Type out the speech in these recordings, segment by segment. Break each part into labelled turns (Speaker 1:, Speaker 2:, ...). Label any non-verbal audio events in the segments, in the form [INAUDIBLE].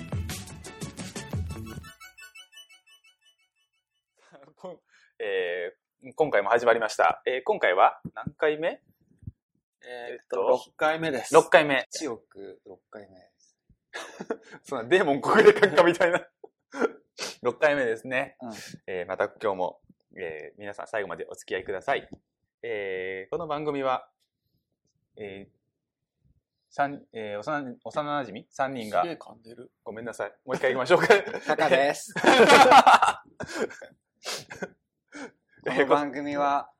Speaker 1: [LAUGHS] えー今回も始まりました。えー今回は何回目
Speaker 2: えーっ
Speaker 1: えーっ
Speaker 2: と、
Speaker 1: と
Speaker 2: 6回目です。
Speaker 1: ?6 回目。
Speaker 2: 1億6回目です。
Speaker 1: そんなデーモンここで書くかみたい
Speaker 2: [LAUGHS]
Speaker 1: な。6回目ですね。
Speaker 2: うん
Speaker 1: えーまた今日も、えー皆さん最後までお付き合いください。えーこの番組は、えー三えー幼な幼馴染み3人が
Speaker 2: すげえ、噛んでる。
Speaker 1: ごめんなさい。もう一回行きましょう
Speaker 2: [LAUGHS]
Speaker 1: か。 [LAUGHS]
Speaker 2: タカです。この番組は、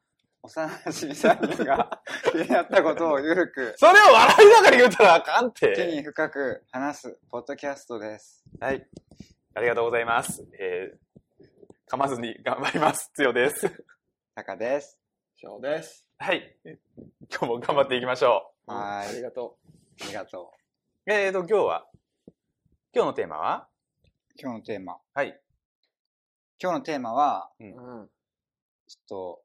Speaker 2: 幼馴染3人 [LAUGHS] が気になったことをゆるく、
Speaker 1: それを笑いながら言うたらあかんっ
Speaker 2: 気
Speaker 1: て。
Speaker 2: に深く話すポッドキャストです。
Speaker 1: はい。ありがとうございます。えー噛まずに頑張ります。つよです。
Speaker 2: タカです。
Speaker 3: 翔です。
Speaker 1: はい。今日も頑張っていきましょ
Speaker 2: は
Speaker 3: あ
Speaker 2: ー
Speaker 3: り
Speaker 2: い。
Speaker 3: がと
Speaker 2: ありがとう。
Speaker 1: う。えーと、今日は、今日のテーマは
Speaker 2: 今日のテーマ。
Speaker 1: はい。
Speaker 2: 今日のテーマは、
Speaker 3: う。ん。
Speaker 2: ちょっと、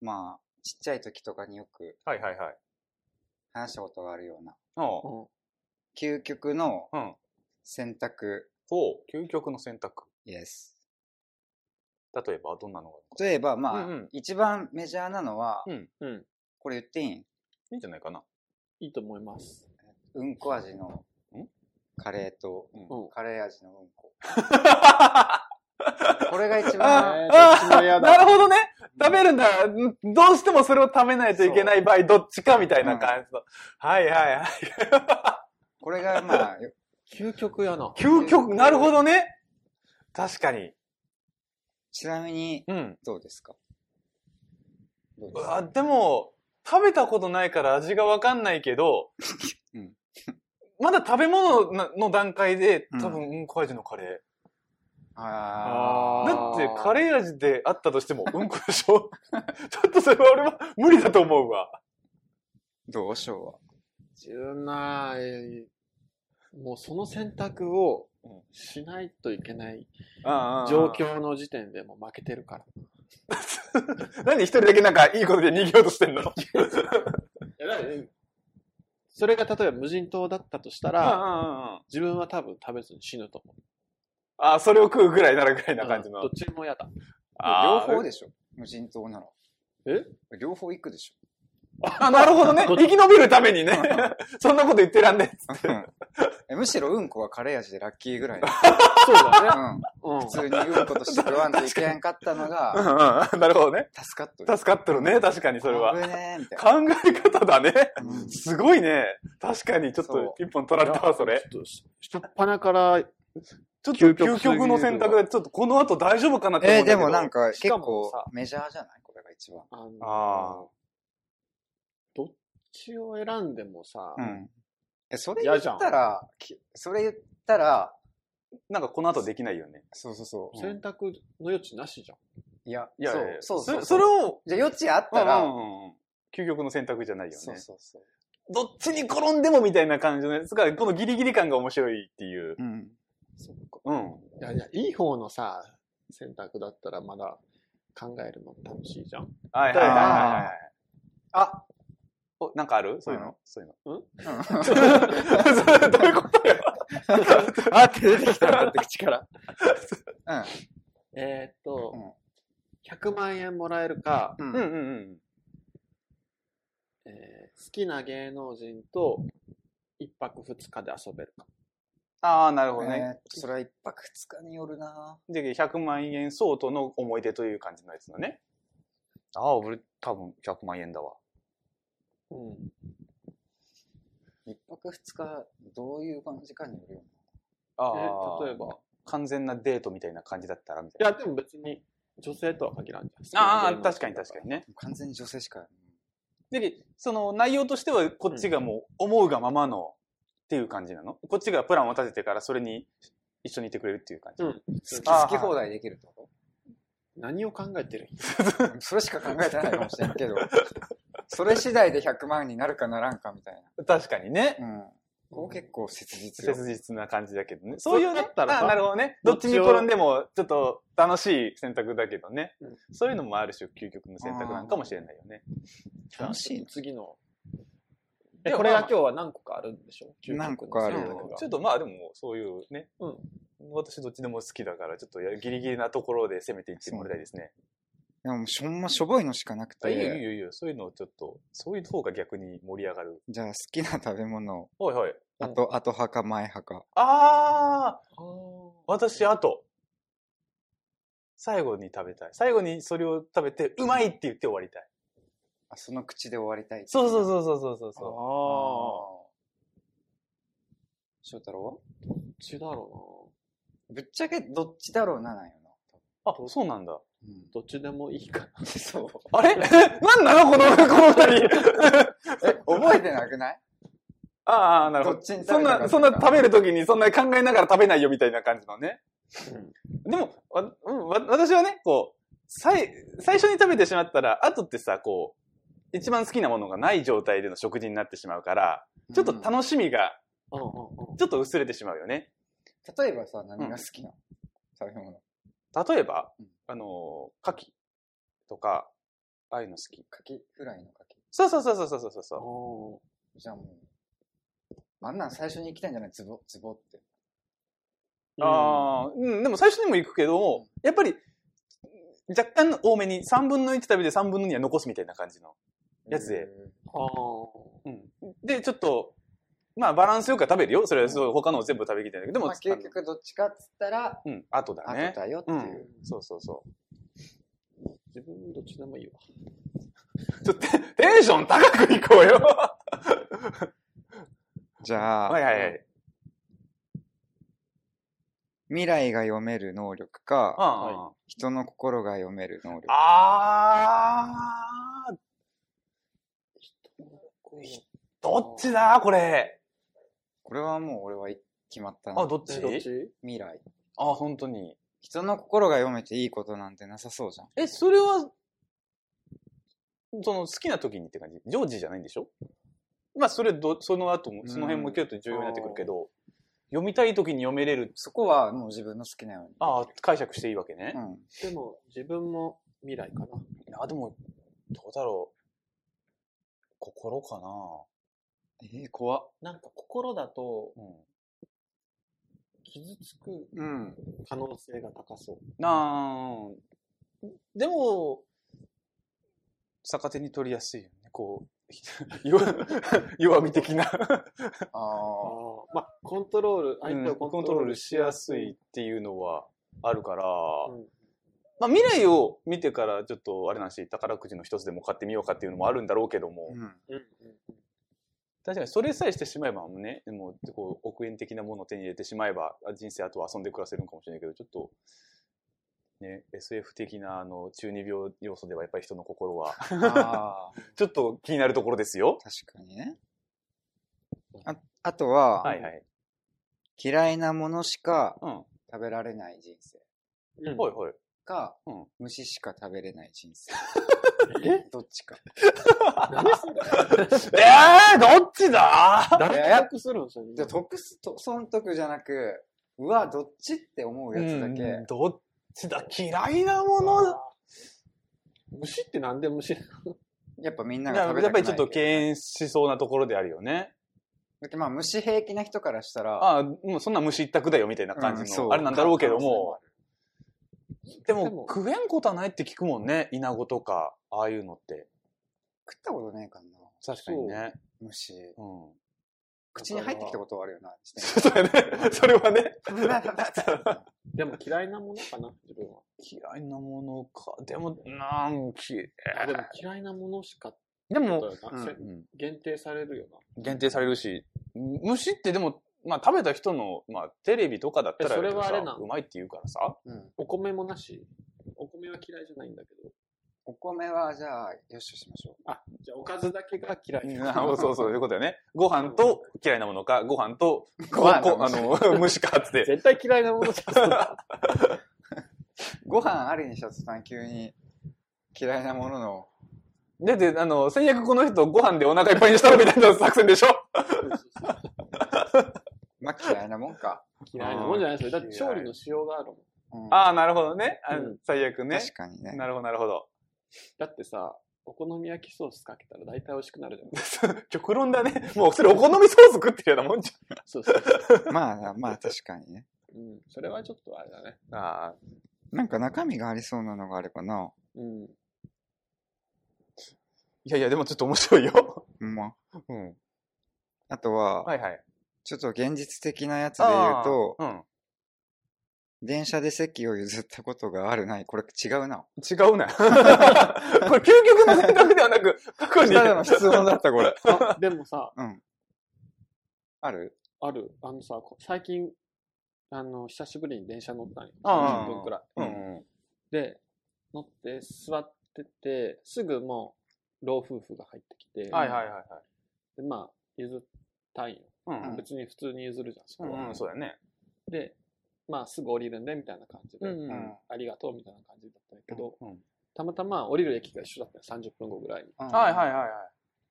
Speaker 2: まあ、ちっちゃい時とかによく
Speaker 1: はいはいはい。
Speaker 2: 話したことがあるような、
Speaker 1: おう
Speaker 2: 究極の
Speaker 1: うん。
Speaker 2: 選択
Speaker 1: ほう。究極の選択。
Speaker 2: です。
Speaker 1: 例えば、どんなのが
Speaker 2: 例えば、まあ、
Speaker 1: うんうん
Speaker 2: 一番メジャーなのは、
Speaker 1: うん。
Speaker 3: うん。
Speaker 2: これ言っていいん
Speaker 1: いいんじゃないかな。
Speaker 3: いいと思います。
Speaker 1: [LAUGHS]
Speaker 2: うんこ味の
Speaker 1: ん
Speaker 2: カレーと、
Speaker 1: うん
Speaker 3: うん。
Speaker 2: カレー味のうんこ。これが一
Speaker 1: [LAUGHS] あ
Speaker 2: 番、
Speaker 3: えー
Speaker 1: あ
Speaker 3: どっちも嫌だ
Speaker 1: なるほどね。食べるなら、んどうしてもそれを食べないといけない場合、どっちかみたいな感じの。はいはいはい。
Speaker 2: これがまあ、よ
Speaker 3: 究極やな。
Speaker 1: 究極、なるほどね。確かに。
Speaker 2: ちなみに、
Speaker 1: うん。
Speaker 2: どうですかどう
Speaker 1: う
Speaker 2: ですか
Speaker 1: わでも、食べたことないから味がわかんないけど、
Speaker 2: うん
Speaker 1: まだ食べ物なの段階で、
Speaker 2: うん
Speaker 1: 多分、うんこ味のカレ
Speaker 2: あ
Speaker 1: ー。
Speaker 3: あー
Speaker 1: だって、カレー味であったとしても、うんこでしょ [LAUGHS] ちょっとそれは俺は無理だと思うわ。
Speaker 2: ーどうしよ
Speaker 3: 自分なえーもうその選択を
Speaker 1: うん
Speaker 3: しないといけない状
Speaker 1: 状。
Speaker 3: 況の時点でもう負けてるから。
Speaker 1: 何一人だけなんかいいことで逃げようとしてんの
Speaker 3: それが例えば無人島だったとしたら、
Speaker 1: あ
Speaker 3: 自分は多分食べずに死ぬと思う。
Speaker 1: あ、それを食うぐらいならぐらいな感じ
Speaker 3: う
Speaker 1: の。
Speaker 3: んどっちも
Speaker 1: [LAUGHS]
Speaker 3: 嫌だ。
Speaker 2: う。両
Speaker 1: あー
Speaker 2: 方でしょ無人島なら。
Speaker 3: え
Speaker 2: 両方行くでし
Speaker 1: あ、なるほどね。
Speaker 3: こ
Speaker 1: 生
Speaker 3: っ
Speaker 1: き
Speaker 3: ち
Speaker 1: 延びるためにね。そんなこと言ってらんね
Speaker 2: ょうんえむしろうんこはカレー味でラッキーぐらい。
Speaker 3: そうだね。
Speaker 2: うん
Speaker 3: うん。
Speaker 2: 普通にうんことして食わんといけんかったの
Speaker 1: [LAUGHS] え。うん
Speaker 2: が、
Speaker 1: うん。なるほどね。
Speaker 2: 助かっとる。
Speaker 1: 助かってるね。確かにそれは。
Speaker 2: 危ねえ、みたいな。
Speaker 1: 考え方だね。
Speaker 2: うん
Speaker 1: すごいね。確かにちょっと
Speaker 2: そう
Speaker 1: 一本取られたわ、それ。
Speaker 3: ちょっとし、しょっぱなから、
Speaker 1: ちょっと
Speaker 3: 究極
Speaker 1: 究極の選択で、ちょっとこの後大丈夫かなって思
Speaker 2: え
Speaker 1: う
Speaker 2: ー
Speaker 1: んだけ
Speaker 2: で
Speaker 1: ど。
Speaker 2: もなんか結
Speaker 3: しかも
Speaker 2: 構
Speaker 3: さ
Speaker 2: メジャーじゃないこれが一番。
Speaker 3: あの
Speaker 1: あ
Speaker 3: どっちを選んでもさ、
Speaker 2: うん。え、それ言
Speaker 3: 嫌
Speaker 2: っ
Speaker 3: じゃん
Speaker 2: たら、きそれ言ったら、
Speaker 1: なんかこの後できないよね。
Speaker 2: そうそうそうう。
Speaker 1: ん
Speaker 3: 選択の余地なしじゃん。
Speaker 2: いや、
Speaker 1: いやい
Speaker 2: そう
Speaker 1: やいや
Speaker 2: そうそう。
Speaker 1: それを、
Speaker 2: じゃあ余地あっ
Speaker 1: うんう
Speaker 2: たら、
Speaker 1: んうんうん究極の選択じゃないよ
Speaker 2: そう
Speaker 1: ね。
Speaker 2: そうそう。
Speaker 1: どっちに転んでもみたいな感じのやつが、このギリギリ感が面白いっていう。
Speaker 2: うん。
Speaker 3: そっか。
Speaker 1: うん。
Speaker 3: いやいや、いい方のさ、選択だったらまだ考えるの楽しいじゃん。
Speaker 1: はいはいはいはいはい。あお、なんかあるそういう
Speaker 2: う
Speaker 1: のそういうの。[LAUGHS]
Speaker 2: あ
Speaker 1: それどういうことよ
Speaker 2: って出てきた。
Speaker 3: って口から。
Speaker 2: うん。
Speaker 3: えーっと、100万円もらえるか、
Speaker 2: う
Speaker 1: うん
Speaker 2: ん。
Speaker 1: うんうん。
Speaker 3: えー好きな芸能人と一泊二日で遊べるか。
Speaker 1: ああ、なるほ
Speaker 2: こ
Speaker 1: ど
Speaker 2: れ
Speaker 1: ね。
Speaker 2: ね、それは一泊二日によるな
Speaker 1: で、100万円相当の思い出という感じのやつだね。ああ、俺、多分100万円だわ。
Speaker 3: うん。
Speaker 2: 一泊二日、どういう感じかによるよ
Speaker 1: あ
Speaker 3: え
Speaker 1: あ、
Speaker 3: 例えば。い
Speaker 1: 完全なデートみたいな感じだったらみたい
Speaker 3: や、でも別に女性とは限らんじゃん。
Speaker 1: な。ああ、確かに確か
Speaker 3: に。
Speaker 1: にね。
Speaker 2: な。完全に女性しか。
Speaker 1: で、その内容としては、こっちがもう思うがままのっていう感じなのこっちがプランを立ててから、それに一緒にいてくれるっていう感じ。
Speaker 3: うん
Speaker 2: 好き
Speaker 1: あー
Speaker 2: 好き放題できるってこ
Speaker 3: 何を考えてる
Speaker 2: とそれしか考えてないかもしれんけど、 [LAUGHS] それ次第で100万になるかならんかみたい
Speaker 1: 確かにね。
Speaker 2: な。うん。ここ結構切実よ。
Speaker 1: 切実な感じだけどね。そういうね。
Speaker 3: だったら
Speaker 1: あ
Speaker 3: さ
Speaker 1: なるほどね。ど
Speaker 3: ど
Speaker 1: っ
Speaker 3: っ
Speaker 1: ち
Speaker 3: ち
Speaker 1: に
Speaker 3: を
Speaker 1: 転んでも、ちょっと楽しい選択だけどね。
Speaker 3: うん
Speaker 1: そういうのもある種、究極の選択なんかもしれないよね。
Speaker 2: 楽しいな
Speaker 3: 次の。
Speaker 1: で
Speaker 3: え、
Speaker 1: も
Speaker 3: これが今日は何個かあるんでしょ
Speaker 2: 何個かある
Speaker 1: うん
Speaker 2: よ
Speaker 1: ちょっとまあでも、そういうね、
Speaker 3: うん。
Speaker 1: 私どっちでも好きだから、ちょっとやギリギリなところで攻めていってもらいたいですね。
Speaker 2: でも、しょんましょぼいのしかなく
Speaker 1: あいいよいい
Speaker 2: て、
Speaker 1: よいいよ、そういうのをちょっと、そういう方が逆に盛り上がる。
Speaker 2: じゃあ好きな食べ物を、
Speaker 1: はいはい。
Speaker 2: あと、後派か前派か。
Speaker 1: あー、
Speaker 3: あー
Speaker 1: 私、あと。最後に食べたい。最後にそれを食べて、うまいって言って終わりたい。
Speaker 2: あ、その口で終わりたい。
Speaker 1: そうそう
Speaker 2: う。
Speaker 1: そうそうそうそう
Speaker 3: あー。
Speaker 1: そ
Speaker 2: 翔太郎
Speaker 3: どっちだろ
Speaker 2: はぶっちゃけどっちだろうななんよな。
Speaker 1: う。あ、そうなんだ。
Speaker 2: うん
Speaker 3: うな。どっちでもいいかな。
Speaker 2: そう。
Speaker 1: あれなんなのこの、 [LAUGHS] この二人。
Speaker 2: え、覚えてなくない
Speaker 1: あ [LAUGHS] あ、なるほ
Speaker 2: どっ
Speaker 1: ど。
Speaker 2: ちに食
Speaker 1: そん
Speaker 2: べたか
Speaker 1: な、そんな食べるときにそんな考えながら食べないよみたいな感じのね。でも、わうん、わ私はね、こう、最、最初に食べてしまったら、後ってさ、こう、一番好きなものがない状態での食事になってしまうから、ちょっと
Speaker 2: うん
Speaker 1: 楽しみが、
Speaker 3: うんうんうん。
Speaker 1: ちょっと薄れてしまうよね。
Speaker 2: 例えばさ、何が好きなの食べ物。
Speaker 1: 例えば
Speaker 2: うん、
Speaker 1: あのー、牡蠣とか、ああいうの好き。
Speaker 2: カキフライのカキ。
Speaker 1: そうそうそうそうそうそうそう。
Speaker 3: お
Speaker 2: じゃあもう、あんなん最初に行きたいんじゃないズボ、ズボって。
Speaker 3: ー
Speaker 1: ああ、うん、でも最初にも行くけども、やっぱり、若干多めに、3分の1食べて3分の2は残すみたいな感じの。やつで
Speaker 2: うん。
Speaker 3: あー。
Speaker 1: うん。で、ちょっと、まあバランスよくは食べるよ。それはそう、他のを全部食べきってないけど、でも、
Speaker 2: まあ究極どっちかっつったら、
Speaker 1: あのうん、後だ
Speaker 2: 後
Speaker 1: ね。
Speaker 2: だよっていう。
Speaker 1: そうそうそ
Speaker 3: 自分どっちでもいいわ。
Speaker 1: う。ちょっとテテンション高くいこうよ。
Speaker 2: じゃ
Speaker 1: [LAUGHS]
Speaker 2: あ、
Speaker 1: はいはいはい。
Speaker 2: 未来が読める能力か、
Speaker 1: あ
Speaker 2: 人の心が読める能力。
Speaker 1: あー、どっちだこれ。
Speaker 2: これはもう俺は決まったな。
Speaker 1: あ、どっち
Speaker 3: どっち
Speaker 2: 未来。
Speaker 1: あ、本当に。
Speaker 2: 人の心が読めていいことなんてなさそうじゃん。
Speaker 1: え、それは、その好きな時にって感じ常時じゃないんでしょまあ、それど、その後も、その辺もちょっと重要になってくるけど、読みたい時に読めれる、
Speaker 2: そこはもう自分の好きなように。
Speaker 1: ああ、解釈していいわけね。
Speaker 2: うん。
Speaker 3: でも、自分も未来かな。
Speaker 1: あ、でも、どうだろう。心かな
Speaker 2: えー、怖っ。
Speaker 3: なんか心だと
Speaker 1: うん。
Speaker 3: 傷つく
Speaker 1: [LAUGHS]
Speaker 2: うん。
Speaker 3: 可能性が高そう。
Speaker 1: なあ、でも、逆手に取りやすいよね。こう、 [LAUGHS] 弱弱み的な。
Speaker 2: あ
Speaker 3: あ
Speaker 2: あ。
Speaker 3: あ。まあ、コントロール、相手を
Speaker 1: コ
Speaker 3: コ
Speaker 1: ン
Speaker 3: ン
Speaker 1: ト
Speaker 3: ト
Speaker 1: ロー
Speaker 3: ロー
Speaker 1: ル
Speaker 3: ル
Speaker 1: し
Speaker 3: し
Speaker 1: や
Speaker 3: や
Speaker 1: す
Speaker 3: す
Speaker 1: いっ
Speaker 3: い。
Speaker 1: ていうのはあるから、
Speaker 3: うん
Speaker 1: まあ、未来を見てからちょっとあれなし宝くじの一つでも買ってみようかっていうのもあるんだろうけども、
Speaker 2: うん。
Speaker 3: うんうん
Speaker 1: 確かにそれさえしてしまえばねもうこう億円的なものを手に入れてしまえばあ人生あとは遊んで暮らせるのかもしれないけどちょっと。ね、SF 的なあの中二病要素ではやっぱり人の心は
Speaker 2: ああ。
Speaker 1: [LAUGHS] ちょっと気になるところですよ。
Speaker 2: 確かにね。ああとは、
Speaker 1: はいはい。
Speaker 2: 嫌いなものしか
Speaker 1: うん。は
Speaker 2: 食べられない人生
Speaker 3: うん。
Speaker 1: [LAUGHS] いはい。
Speaker 2: か、
Speaker 1: うん
Speaker 2: 虫しか食べれない人
Speaker 1: [LAUGHS]
Speaker 2: 生。
Speaker 3: え
Speaker 2: どっちか。
Speaker 1: えー、どっちだ
Speaker 2: いや
Speaker 3: 誰
Speaker 2: や
Speaker 3: が
Speaker 2: っ
Speaker 3: 得するんそれ
Speaker 2: で得すと損得じゃなく、うわ、どっちって思うやつだけ。
Speaker 1: うんどっちだ嫌いなも
Speaker 3: あ
Speaker 1: の
Speaker 3: ー虫ってなんで虫
Speaker 2: やっぱみんなが
Speaker 1: や
Speaker 2: 食
Speaker 1: や
Speaker 2: べた
Speaker 1: っ
Speaker 2: く
Speaker 1: ぱ
Speaker 2: ない。
Speaker 1: りちょっと敬遠しそうなところであるよね。
Speaker 2: だってまあ虫平気な人からしたら、
Speaker 1: ああ、もうそんな虫一択だよみたいな感
Speaker 2: うん
Speaker 1: じ
Speaker 2: そ
Speaker 1: の、
Speaker 2: う
Speaker 1: あれなんだろうけども。で
Speaker 3: もある
Speaker 1: も、食えんことはないって聞くもんね。イナゴとか、ああいうのって。
Speaker 2: 食ったことないからな、
Speaker 1: 確かにね。
Speaker 2: 虫。
Speaker 1: うん。 [LAUGHS]
Speaker 2: 口に入ってきたことはあるよな、
Speaker 1: そうだね。それはね。 [LAUGHS]
Speaker 3: でも嫌いなものかな、自分は。
Speaker 1: 嫌いなものか。でも、なんき、
Speaker 3: あでも嫌いなものしかって
Speaker 1: で
Speaker 3: こと
Speaker 1: も、
Speaker 3: よな
Speaker 2: うん
Speaker 3: せ
Speaker 1: うん
Speaker 3: 限定されるよな。
Speaker 1: 限定されるし、虫ってでも、まあ食べた人の、まあテレビとかだったら
Speaker 3: えそれはあ
Speaker 1: だ
Speaker 3: れ
Speaker 1: けどさ
Speaker 3: なん
Speaker 1: うまいって言うからさ。
Speaker 2: うん。
Speaker 3: お米もなし。お米は嫌いじゃないんだけど。
Speaker 2: お米はじゃあ、よしとしましょ
Speaker 3: あ、じゃあおかずだけが嫌い。
Speaker 1: なるほどそうそう、そういうことだよね。ご飯と嫌いなものか、ご飯と、
Speaker 2: ご飯
Speaker 1: ことこあの、虫かっつって。
Speaker 3: 絶対嫌いなものじゃん。
Speaker 2: う。ご飯ありにした途端急に嫌いなものの、
Speaker 1: だって、あの、最悪この人ご飯でお腹いっぱいにしたろみたいな [LAUGHS] 作戦でしょ
Speaker 2: まあ嫌いなもんか。
Speaker 3: [LAUGHS] 嫌いなもんじゃないですよ。だって調理のしようがあるもん。
Speaker 2: うん
Speaker 1: ああ、なるほどね。あ
Speaker 3: うん
Speaker 1: 最悪ね。
Speaker 2: 確かにね。
Speaker 1: なるほど、なるほど。
Speaker 3: だってさ、お好み焼きソースかけたら大体美味しくなるじゃん。
Speaker 1: 極論だね。もうそれお好みソース食ってるようなもんじ
Speaker 3: そうそう。
Speaker 2: まあ、まあ確かにね。
Speaker 3: うん。それはちょっとあれだね。
Speaker 1: ああ、
Speaker 2: なんか中身がありそうなのがあればな。
Speaker 3: う
Speaker 1: [LAUGHS]
Speaker 3: ん。
Speaker 1: いやいや、でもちょっと面白いよ。
Speaker 2: ほんま。
Speaker 1: うん。
Speaker 2: あとは、
Speaker 1: はいはい。
Speaker 2: ちょっと現実的なやつで言うと、
Speaker 1: あー
Speaker 2: 電車で席を譲ったことがあるない。これ違うな。
Speaker 1: うん。違うな。 [LAUGHS] これ究極の選択ではなく、過去に。
Speaker 2: ただの [LAUGHS] 質問だっ
Speaker 1: [LAUGHS]
Speaker 2: た、これ。
Speaker 3: あ、でもさ、
Speaker 2: うん。ある
Speaker 3: ある、あのさ、こ最近、あの、久しぶりに電車乗ったんよ。
Speaker 1: あ
Speaker 2: あ
Speaker 3: 10分くらい。
Speaker 1: うんうん。
Speaker 3: で、乗って座ってて、すぐもう、老夫婦が入ってきて、
Speaker 1: はいはいはいはい。
Speaker 3: で、まあ、譲ったんよ。
Speaker 1: うん
Speaker 3: 別に普通に譲るじゃん、そこは
Speaker 1: うん、うん、そうだね。
Speaker 3: で、まあ、すぐ降りるんで、みたいな感じで、
Speaker 1: うん
Speaker 2: うん
Speaker 3: ありがとう、みたいな感じだったんやけど、
Speaker 1: うん
Speaker 3: たまたま降りる駅が一緒だったよ、30分後ぐらいに。
Speaker 1: はいはいはいはい。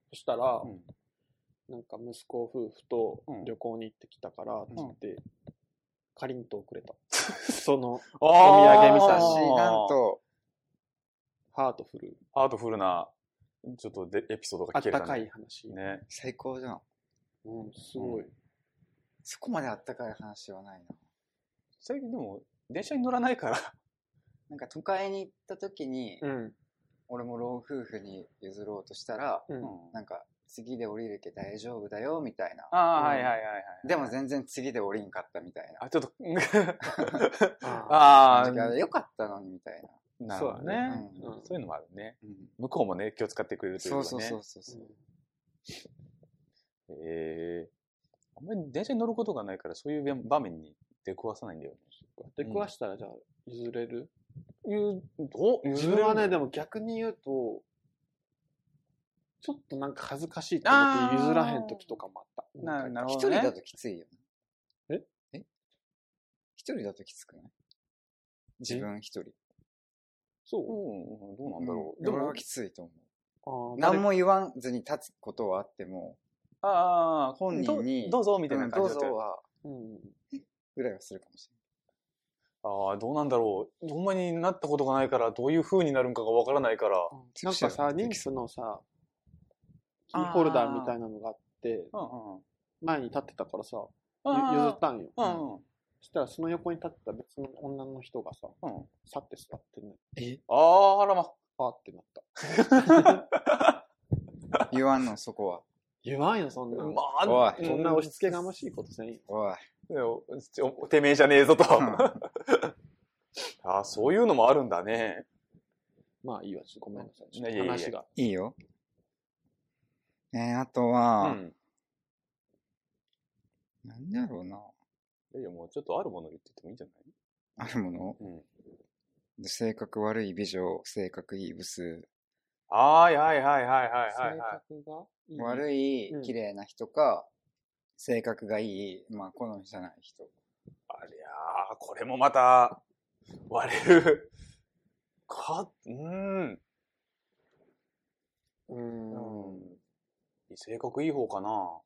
Speaker 3: そしたら、
Speaker 1: うん
Speaker 3: なんか息子夫婦と
Speaker 1: うん
Speaker 3: 旅行に行ってきたから、って
Speaker 1: ん
Speaker 3: 言って、かりんとうくれた。 [LAUGHS] その、
Speaker 1: お
Speaker 3: 産
Speaker 2: 優
Speaker 3: み
Speaker 2: しい
Speaker 3: あ
Speaker 2: な
Speaker 3: ー
Speaker 2: ん。と、
Speaker 3: ハートフル、
Speaker 1: ハートフルな、ちょっとでエピソード
Speaker 3: あ
Speaker 1: が
Speaker 3: っ
Speaker 1: 聞けた
Speaker 3: た
Speaker 1: ね
Speaker 3: かい話。
Speaker 1: ね。
Speaker 2: 最高じゃん。
Speaker 3: うん、すごい。
Speaker 2: そこまであったかい話はないな。
Speaker 1: 最近でも、電車に乗らないから。
Speaker 2: なんか都会に行った時に、
Speaker 3: うん。
Speaker 2: 俺も老夫婦に譲ろうとしたら、
Speaker 3: うん。
Speaker 2: なんか次で降りるけ大丈夫だよ、みたいな。
Speaker 1: ああ、
Speaker 3: うん
Speaker 1: はいはいはいはい。
Speaker 2: でも全然次で降りんかったみたいな。
Speaker 1: あ、ち [LAUGHS] ょっと、
Speaker 3: ああ
Speaker 1: あ
Speaker 2: あ
Speaker 1: あ、
Speaker 2: の時はよかったのにみたい
Speaker 1: なるほどね
Speaker 2: な。
Speaker 1: うん
Speaker 3: うん
Speaker 1: そういうのもあるね。
Speaker 2: うん
Speaker 1: 向こうもね、気を使ってくれるというか
Speaker 2: そ
Speaker 1: ね。
Speaker 2: うそうそうそうそう。
Speaker 1: ええあんまり電車に乗ることがないから、そういう場面に出くわさないんだよね。
Speaker 3: で、食わしたらじゃあ、譲れる、
Speaker 1: ゆお
Speaker 3: 自分はね、でも逆に言うと、ちょっとなんか恥ずかしいと思って譲らへん時とかもあった。
Speaker 1: ななる
Speaker 2: 一
Speaker 1: ほど、
Speaker 2: 人
Speaker 1: ね。
Speaker 2: だときついよね。ええ一人だときつくない自分一人。
Speaker 1: う
Speaker 3: そ
Speaker 1: ん、うんどうなんだろう。で
Speaker 2: でも俺
Speaker 1: も
Speaker 2: は、きついと思う。
Speaker 3: う。ああ、
Speaker 2: 何
Speaker 3: 誰
Speaker 2: も言わずに立つことはあっても、
Speaker 1: ああ、
Speaker 2: 本人に
Speaker 1: どどうぞみたい
Speaker 2: うん
Speaker 1: な
Speaker 2: ど
Speaker 1: 感
Speaker 2: う
Speaker 1: じだ
Speaker 2: ぞ
Speaker 1: ったよ
Speaker 2: は、
Speaker 3: うん。
Speaker 2: ぐらいはするかもし
Speaker 1: ああ、どうなんだろう。ほんまになったことがないから、どういう風になるんかがわからないから。
Speaker 3: なんかさ、
Speaker 2: で
Speaker 3: 妊
Speaker 2: きそ
Speaker 3: 婦のさ、キーホルダーみたいなのがあって、前に立ってたからさ、ゆ
Speaker 1: うん
Speaker 3: 譲ったんよ。
Speaker 1: う
Speaker 3: そ
Speaker 1: んうん。
Speaker 3: したらその横に立ってた別の女の人がさ、
Speaker 1: うん。
Speaker 3: 去って座ってね、
Speaker 1: ああ、あらま。
Speaker 3: あーってなった。
Speaker 2: う。言わんの、そこは。
Speaker 3: 言わんよ、そんな。
Speaker 1: ま
Speaker 2: お
Speaker 1: あ、
Speaker 2: い
Speaker 3: そんな押し付けがましいことせんよ。
Speaker 2: おい。
Speaker 1: おおてめえじゃねえぞと。
Speaker 3: [LAUGHS]
Speaker 2: うん
Speaker 1: ああ、そういうのもあるんだね。
Speaker 3: まあいいわ、ちょっとごめんなさい。
Speaker 1: いやいやいや
Speaker 3: 話が。
Speaker 2: いいよ。えー、あとは、
Speaker 1: ん。
Speaker 2: なんだろうな。
Speaker 1: いやいや、もうちょっとあるもの言っててもいいんじゃない
Speaker 2: あるもの
Speaker 1: うん。
Speaker 2: 性格悪い美女、性格いいブス、
Speaker 1: はいはいはいはいはいはい。はい
Speaker 3: 性格がいい
Speaker 2: 悪い
Speaker 3: うん、
Speaker 2: 綺麗な人か、性格がいい、まあ、好みじゃない人。
Speaker 1: ありゃー、これもまた、割れる。か、うーん。
Speaker 3: うーん。
Speaker 1: 性格いい方かな。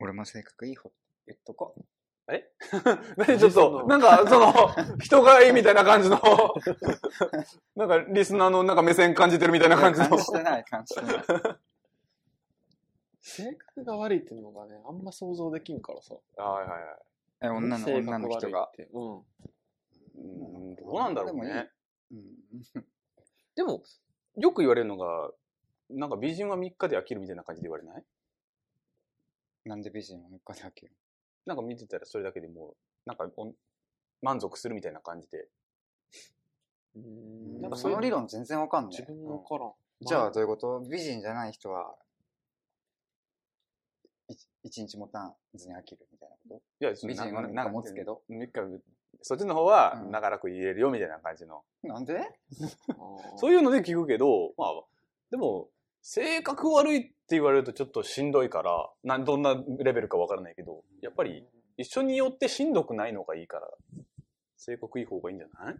Speaker 2: 俺も性格いい方って言っとこう。
Speaker 1: [LAUGHS] 何ちょっと、なんか、その、人がいいみたいな感じの、 [LAUGHS] なんか、リスナーのなんか目線感じてるみたいな [LAUGHS] 感じの。
Speaker 2: 感じてない、感じてない。
Speaker 3: 性格が悪いっていうのがね、あんま想像できんからさ。
Speaker 1: はいはいはい。
Speaker 2: え女の、
Speaker 3: 性格
Speaker 2: 女の人が。
Speaker 3: 悪いって。うん。
Speaker 1: うん、どうなんだろう
Speaker 2: でもい
Speaker 1: ね
Speaker 2: い。うん。
Speaker 1: でも、よく言われるのが、なんか美人は3日で飽きるみたいな感じで言われない
Speaker 2: なんで美人を3日で開ける
Speaker 1: なんか見てたらそれだけでもう、なんかお満足するみたいな感じで。
Speaker 3: うーん
Speaker 2: なんかその理論全然わかんない。
Speaker 3: 自分の分からん。
Speaker 2: じゃあどういうこと美人じゃない人は、い一日もたんずに飽きるみたいなこ
Speaker 1: いや、
Speaker 2: と美人はなんか持つけど。
Speaker 1: 3日、そっちの方は
Speaker 2: うん
Speaker 1: 長らく言えるよみたいな感じの。
Speaker 2: なんで
Speaker 1: そう
Speaker 3: いう
Speaker 1: いうので聞くけど、まあ、でも、性格悪いって言われるとちょっとしんどいから、なんどんなレベルかわからないけど、やっぱり一緒によってしんどくないのがいいから、性格いい方がいいんじゃない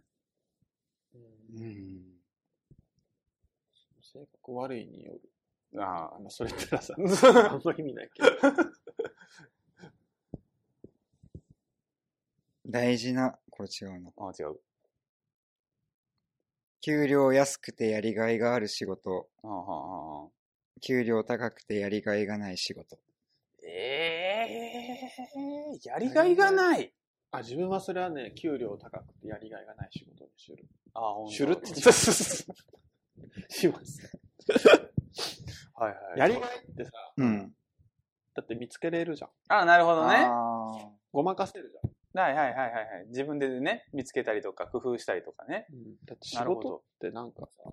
Speaker 2: うん。
Speaker 3: 性格悪いによる。
Speaker 1: あ
Speaker 3: あ、まあ、それってのはさ、
Speaker 1: [LAUGHS] あ。
Speaker 3: あんま意味ないけど。
Speaker 2: 大事な、これ違うな。
Speaker 1: あ違う。
Speaker 2: 給料安くてやりがいがある仕事。
Speaker 1: ああああああ
Speaker 2: 給料高くてやりがいがない仕事。
Speaker 1: ええやりがいがない。
Speaker 3: あ、自分はそれはね、給料高くてやりがいがない仕事にしてる。
Speaker 1: ああ、ほんと
Speaker 3: シュルッし [LAUGHS] ます。
Speaker 1: [LAUGHS] はいはい。
Speaker 3: やりがいってさ、
Speaker 2: うん。
Speaker 3: だって見つけれるじゃん。
Speaker 1: ああ、なるほどね。はい
Speaker 2: あー
Speaker 3: ごまかせるじゃん。
Speaker 1: はいはいはいはい。自分でね、見つけたりとか、工夫したりとかね。
Speaker 3: だって仕
Speaker 1: なるほ
Speaker 3: 事っ
Speaker 1: ど。
Speaker 3: てなんかさ、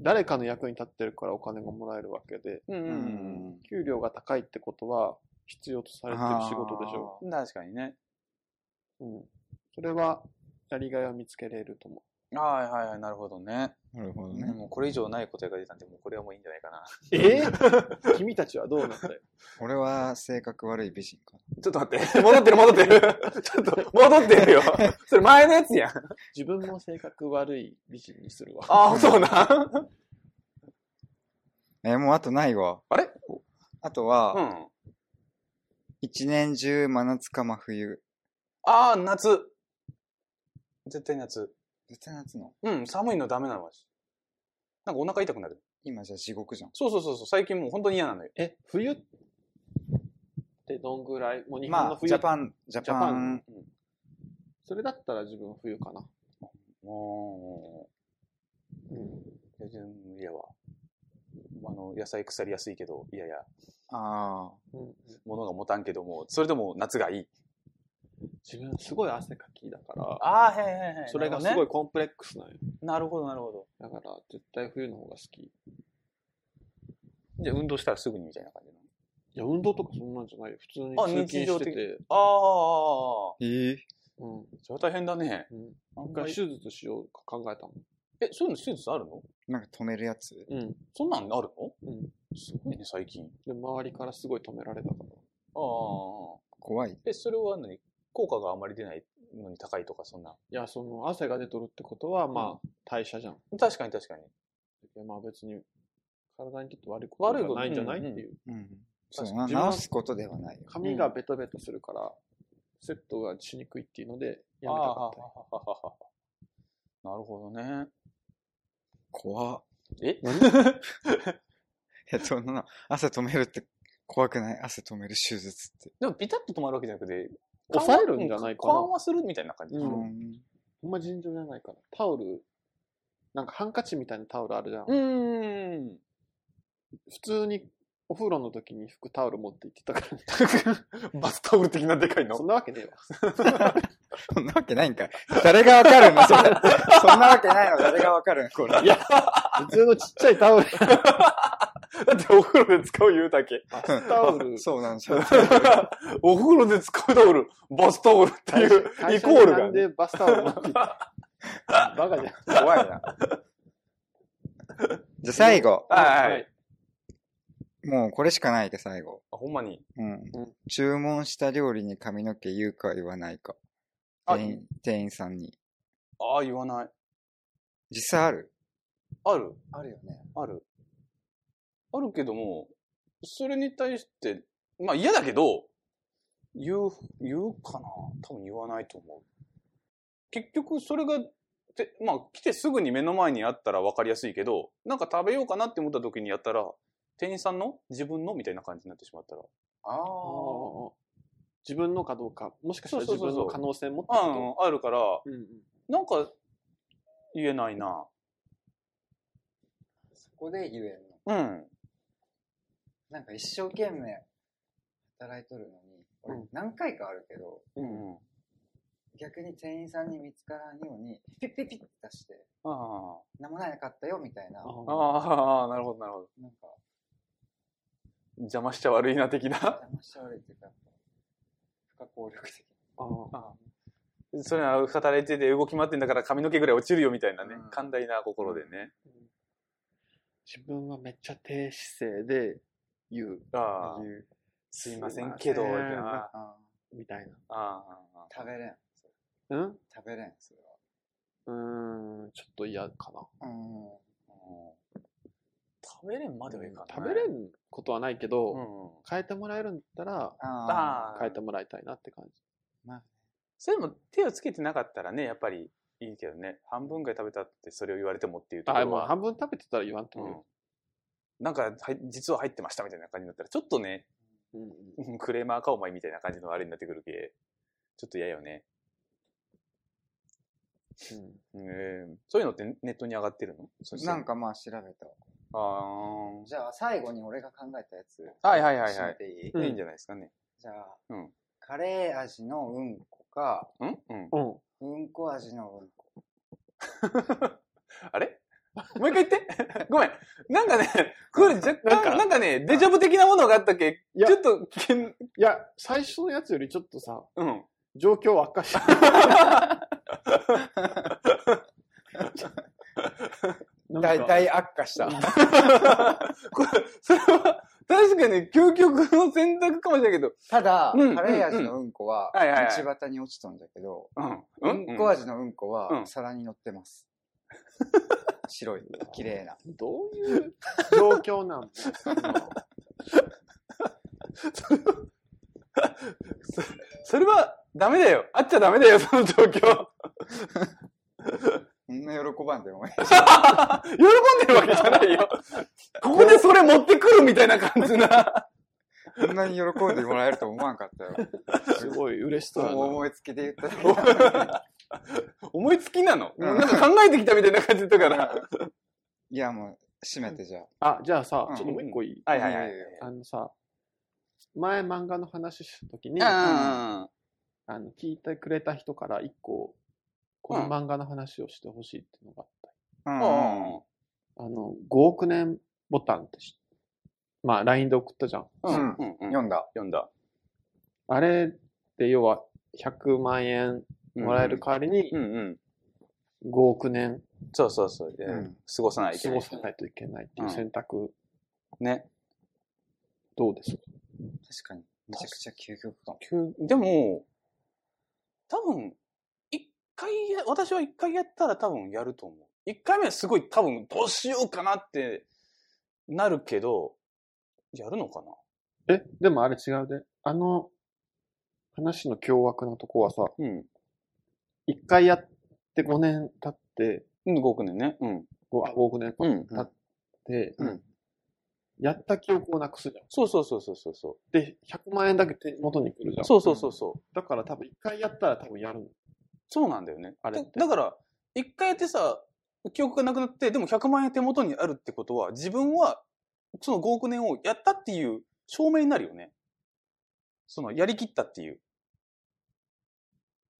Speaker 3: 誰かの役に立ってるからお金がもらえるわけで、
Speaker 1: うんう
Speaker 2: うんん。
Speaker 3: 給料が高いってことは必要とされてる仕事でしょ。
Speaker 1: うん。確かにね。
Speaker 3: うん。それは、やりがいを見つけれると思
Speaker 1: はいはいはい、なるほどね。
Speaker 2: なるほど
Speaker 1: で
Speaker 2: ね。
Speaker 1: もうこれ以上ない答えが出たんで、もうこれはもういいんじゃないかな。
Speaker 3: う。えー [LAUGHS] 君たちはどうなったよ
Speaker 2: 俺は性格悪い美人か。
Speaker 1: [LAUGHS] ちょっと待って。戻ってる戻ってる。 [LAUGHS] ちょっと戻ってるよ。それ前のやつやん。
Speaker 3: [LAUGHS] 自分も性格悪い美人にするわ。
Speaker 1: ああ、そうなん。
Speaker 2: えー、もうあとないわ。
Speaker 1: [LAUGHS] あれ
Speaker 2: あと
Speaker 1: う
Speaker 2: は、
Speaker 1: ん。
Speaker 2: 一年中真夏か真冬。
Speaker 1: ああ、夏。絶対夏。
Speaker 2: 絶対夏の。
Speaker 1: うん、寒いのダメなのわし。なんかお腹痛くなる。
Speaker 2: 今じゃ地獄じゃん。
Speaker 1: そうそうそうそう、最近もう本当に嫌なのよ。
Speaker 3: え、冬ってどんぐらいもう日本
Speaker 2: ま
Speaker 3: の
Speaker 2: あ、
Speaker 3: 冬、
Speaker 2: ジャパン、ジャ
Speaker 3: ジャパ
Speaker 2: パ
Speaker 3: ン
Speaker 2: ン。
Speaker 3: それだったら自分は冬かな。
Speaker 1: もう、全然無理やわ。あの、野菜腐りやすいけど、いやいや、
Speaker 2: あ
Speaker 1: 物が持たんけども、それでも夏がいい。
Speaker 3: 自分すごい汗かきだから、
Speaker 1: ああ、はいはいは
Speaker 3: それがすごい。コンプレックスなんよ。
Speaker 1: なるほど、なるほど。
Speaker 3: だから絶対冬の方が好き。い
Speaker 1: じゃあ運動したらすぐにみたいな感じなの。
Speaker 3: や、運動とかそんなんじゃないよ。普通
Speaker 1: あ
Speaker 3: に通
Speaker 1: 日
Speaker 3: 勤
Speaker 1: 常
Speaker 3: して
Speaker 1: 的
Speaker 3: て。
Speaker 1: ああ、
Speaker 2: あ。ええ。
Speaker 3: うん。うん
Speaker 1: それは大変だね。
Speaker 3: 一回手術しようか考えたもん。
Speaker 1: え、そういうの手術あるの
Speaker 2: なんか止めるやつ
Speaker 3: うん。
Speaker 1: そんなんあるの
Speaker 3: うん。
Speaker 1: すごいね、最近。
Speaker 3: で、周りからすごい止められたから。
Speaker 1: ああ。
Speaker 2: 怖い。
Speaker 1: え、それは何効果があまり出ないのに高いとか、そんな。
Speaker 3: いや、その、汗が出とるってことは、まあ、代謝じゃん。
Speaker 1: 確かに確かに。
Speaker 3: いや、まあ別に、体にとって悪いことじゃないんじゃないっていう。
Speaker 2: うん。
Speaker 1: 確かに
Speaker 2: そうだな。
Speaker 3: 自分は
Speaker 2: 直すことではないよ。
Speaker 3: 髪がベトベトするから、セットがしにくいっていうので、やめたかった。
Speaker 1: あー [LAUGHS] なるほどね。
Speaker 2: 怖っ。
Speaker 1: え
Speaker 2: え、そんな、汗止めるって怖くない汗止める手術って。
Speaker 1: でもピタッと止まるわけじゃなくて、
Speaker 3: 抑えるんじゃないかな
Speaker 1: 緩和するみたいな感じ。
Speaker 3: うん
Speaker 2: ん。
Speaker 3: [LAUGHS] ほんま尋常じゃないから。タオル、なんかハンカチみたいなタオルあるじゃん。
Speaker 1: うーん。
Speaker 3: 普通にお風呂の時に拭くタオル持って行ってたから、 [LAUGHS]
Speaker 1: バスタオル的なでかい
Speaker 3: そん。なわけねえわ。
Speaker 2: そんなわけないんかい。誰がわかるのそれ。そんなわけないの誰がわかるんこれ。
Speaker 3: いや、普通のちっちゃ
Speaker 1: [LAUGHS]
Speaker 3: いタオル、
Speaker 1: だってお風呂で使う言うだけ。
Speaker 3: バスタオル。
Speaker 2: そうなんですよ。
Speaker 1: お風呂で使うタオル、バスタオルっていうイコールが
Speaker 3: なん。でバスタオル持って
Speaker 1: [LAUGHS]
Speaker 3: 行った。バカじゃん。
Speaker 2: 怖いな。じゃあ最後。
Speaker 1: はいはい。。
Speaker 2: もうこれしかないで最後。
Speaker 1: あほんまに。
Speaker 2: うん。注文した料理に髪の毛言うか言わないか。
Speaker 1: あ
Speaker 2: 店員店員さんに。
Speaker 1: ああ、言わない。
Speaker 2: 実際ある
Speaker 1: ある
Speaker 2: あるよね。
Speaker 1: ある。あるけども、それに対して、まあ嫌だけど、言う、言うかな多分言わないと思う。結局それが、てまあ来てすぐに目の前にあったら分かりやすいけど、なんか食べようかなって思った時にやったら、店員さんの自分のみたいな感じになってしまったら。あ
Speaker 3: あー自分のかどうか、もしかしたら
Speaker 1: そう
Speaker 3: 自
Speaker 1: そうそうそ
Speaker 3: 分の
Speaker 1: う
Speaker 3: 可能性もって
Speaker 1: あ。
Speaker 3: こ
Speaker 1: うん、あるから、
Speaker 3: とうんうん
Speaker 1: なんか言えないな。
Speaker 2: そこで言えるの。
Speaker 1: うん。
Speaker 2: なんか一生懸命働いとるのに、
Speaker 3: 俺
Speaker 2: 何回かあるけど、
Speaker 1: うんうん。
Speaker 2: 逆に店員さんに見つからんように、ピッピッピッって出して、
Speaker 1: あ
Speaker 2: 何もなかったよみたいな
Speaker 3: あー
Speaker 1: あ。ああ、なるほどなるほど。
Speaker 2: なんか、
Speaker 1: 邪魔しちゃ悪いな的な。
Speaker 2: 邪魔しちゃ悪いっていうか、不可抗力的。
Speaker 3: あー
Speaker 1: それは働いてて動き回ってんだから髪の毛ぐらい落ちるよみたいなね
Speaker 2: うん、
Speaker 1: 寛大な心でね。
Speaker 3: 自分はめっちゃ低姿勢で言う。
Speaker 1: ああ
Speaker 2: 言う。
Speaker 1: すいませんけど、
Speaker 3: すいません
Speaker 1: みたいなあ
Speaker 2: あ
Speaker 3: みたいな。
Speaker 1: あああ
Speaker 2: ー食べれん。
Speaker 3: うん
Speaker 2: 食べれん、それ
Speaker 3: うーん、ちょっと嫌かな。
Speaker 2: は。うん。
Speaker 1: うん食べれんまではいかない。
Speaker 3: 食べれんことはないけど、
Speaker 1: うん。
Speaker 3: 変えてもらえるんだったら、
Speaker 2: ああ。
Speaker 1: ああ
Speaker 3: 変えてもらいたいなって感じ。
Speaker 1: それでも手をつけてなかったらね、やっぱりいいけどね、半分ぐらい食べたってそれを言われてもっていうとこ
Speaker 3: あ、
Speaker 1: ろ
Speaker 3: まあ、
Speaker 1: は。
Speaker 3: 半分食べてたら言わんと
Speaker 1: う
Speaker 3: もい
Speaker 1: んなんか、はい実は入ってましたみたいな感じになったら、ちょっとね、 [LAUGHS]
Speaker 3: いよ。うん
Speaker 1: うんクレーマーかお前みたいな感じのあれになってくるけ、ちょっと嫌よね。えーそういうのってネットに上がってるのそして
Speaker 2: なんかまあ調べた。
Speaker 1: あー
Speaker 2: じゃあ最後に俺が考えたやつ。
Speaker 1: はいはいはいはい
Speaker 2: 教えていい、
Speaker 3: うん
Speaker 1: いいんじゃないですかね。
Speaker 2: じゃあ、
Speaker 1: うん
Speaker 2: カレー味のうんこか、
Speaker 1: うんうん。
Speaker 3: うん。うん。
Speaker 2: うんこ味のうんこ。
Speaker 1: あれもう一回言って。 [LAUGHS] ごめん。なんかね、これ若
Speaker 3: なん
Speaker 1: 干、
Speaker 3: か
Speaker 1: なんかね、デジャブ的なものがあったっけ
Speaker 3: いや
Speaker 1: ちょっと危険、
Speaker 3: いや、最初のやつよりちょっとさ、
Speaker 1: うん。
Speaker 3: 状況悪化してる。 [LAUGHS] なんか
Speaker 2: 大体悪化した。
Speaker 1: [LAUGHS] これ、それは、確かに究極の選択かもしれないけど。
Speaker 2: ただ、
Speaker 1: うん
Speaker 2: カレー味のうんこは、
Speaker 1: うんはいはいはい
Speaker 2: 道端に落ちたんだけど、
Speaker 1: う。
Speaker 2: うんんこ味のうんこは、
Speaker 1: うん
Speaker 2: 皿に乗っ
Speaker 1: [LAUGHS]
Speaker 2: てます。白い、綺麗な。
Speaker 3: どういう状況な [LAUGHS] の
Speaker 1: それは、ダメだよ。あっちゃダメだよ、その状況。
Speaker 2: そんな喜ばんでもいい。
Speaker 1: 喜んでるわけじゃないよ。ここでそれ持ってくるみたいな感じな。
Speaker 2: こんなに喜んでもらえると思わんかったよ。
Speaker 3: すごい嬉しそうだな。
Speaker 2: 思いつきで言っただ
Speaker 1: [LAUGHS]
Speaker 2: けだ
Speaker 1: 思いつきなの、
Speaker 2: うん
Speaker 1: なんか考えてきたみたいな感じだから。
Speaker 2: いや、もう、閉めてじゃあ。
Speaker 3: あ、じゃあさ
Speaker 2: う、ん
Speaker 3: ちょっともう一個いい
Speaker 1: はいはいはい。
Speaker 3: あのさ、前漫画の話した時に、あ
Speaker 1: あ
Speaker 3: の、聞いてくれた人から一個、この漫画の話をしてほしいっていうのがあっ
Speaker 2: う
Speaker 1: あ
Speaker 2: んうん
Speaker 1: ー。
Speaker 3: た。あの、5億年ボタンってし、まあ、LINE で送ったじゃん。
Speaker 1: うん。
Speaker 2: うん
Speaker 1: うん。うん
Speaker 2: 読んだ。
Speaker 1: 読んだ。
Speaker 3: あれって要は100万円もらえる代わりに
Speaker 1: うんうん。
Speaker 3: 5億年
Speaker 1: そうそうそう。えー
Speaker 2: うん
Speaker 1: 過ごさないといけ
Speaker 3: 過
Speaker 1: ない
Speaker 3: ごさないといけないっていう選択、
Speaker 1: ね。
Speaker 3: どうですか
Speaker 2: 確かに。めちゃくちゃ究極かも。
Speaker 1: でも、多分、一回や、私は一回やったら多分やると思う。一回目はすごい多分どうしようかなってなるけど、やるのかな
Speaker 3: え、でもあれ違うで。あの、話の凶悪なとこはさ、
Speaker 1: うん。
Speaker 3: 一回やって5年経って、
Speaker 1: うん、5億年ね。うん。
Speaker 3: 5, あ5億年経
Speaker 1: うん。
Speaker 3: って、
Speaker 2: うん
Speaker 3: やった記憶をなくすじゃん。
Speaker 1: そうそうそうそうそうそ
Speaker 3: で、100万円だけ手元に来るじゃ
Speaker 1: う。
Speaker 3: ん。
Speaker 1: そうそうそうそう。
Speaker 3: だから多分一回やったら多分やるの。
Speaker 1: そうなんだよね。
Speaker 3: あれ
Speaker 1: だ
Speaker 3: って
Speaker 1: だから、一回やってさ、記憶がなくなって、でも100万円手元にあるってことは、自分は、その5億年をやったっていう証明になるよね。その、やりきったっていう。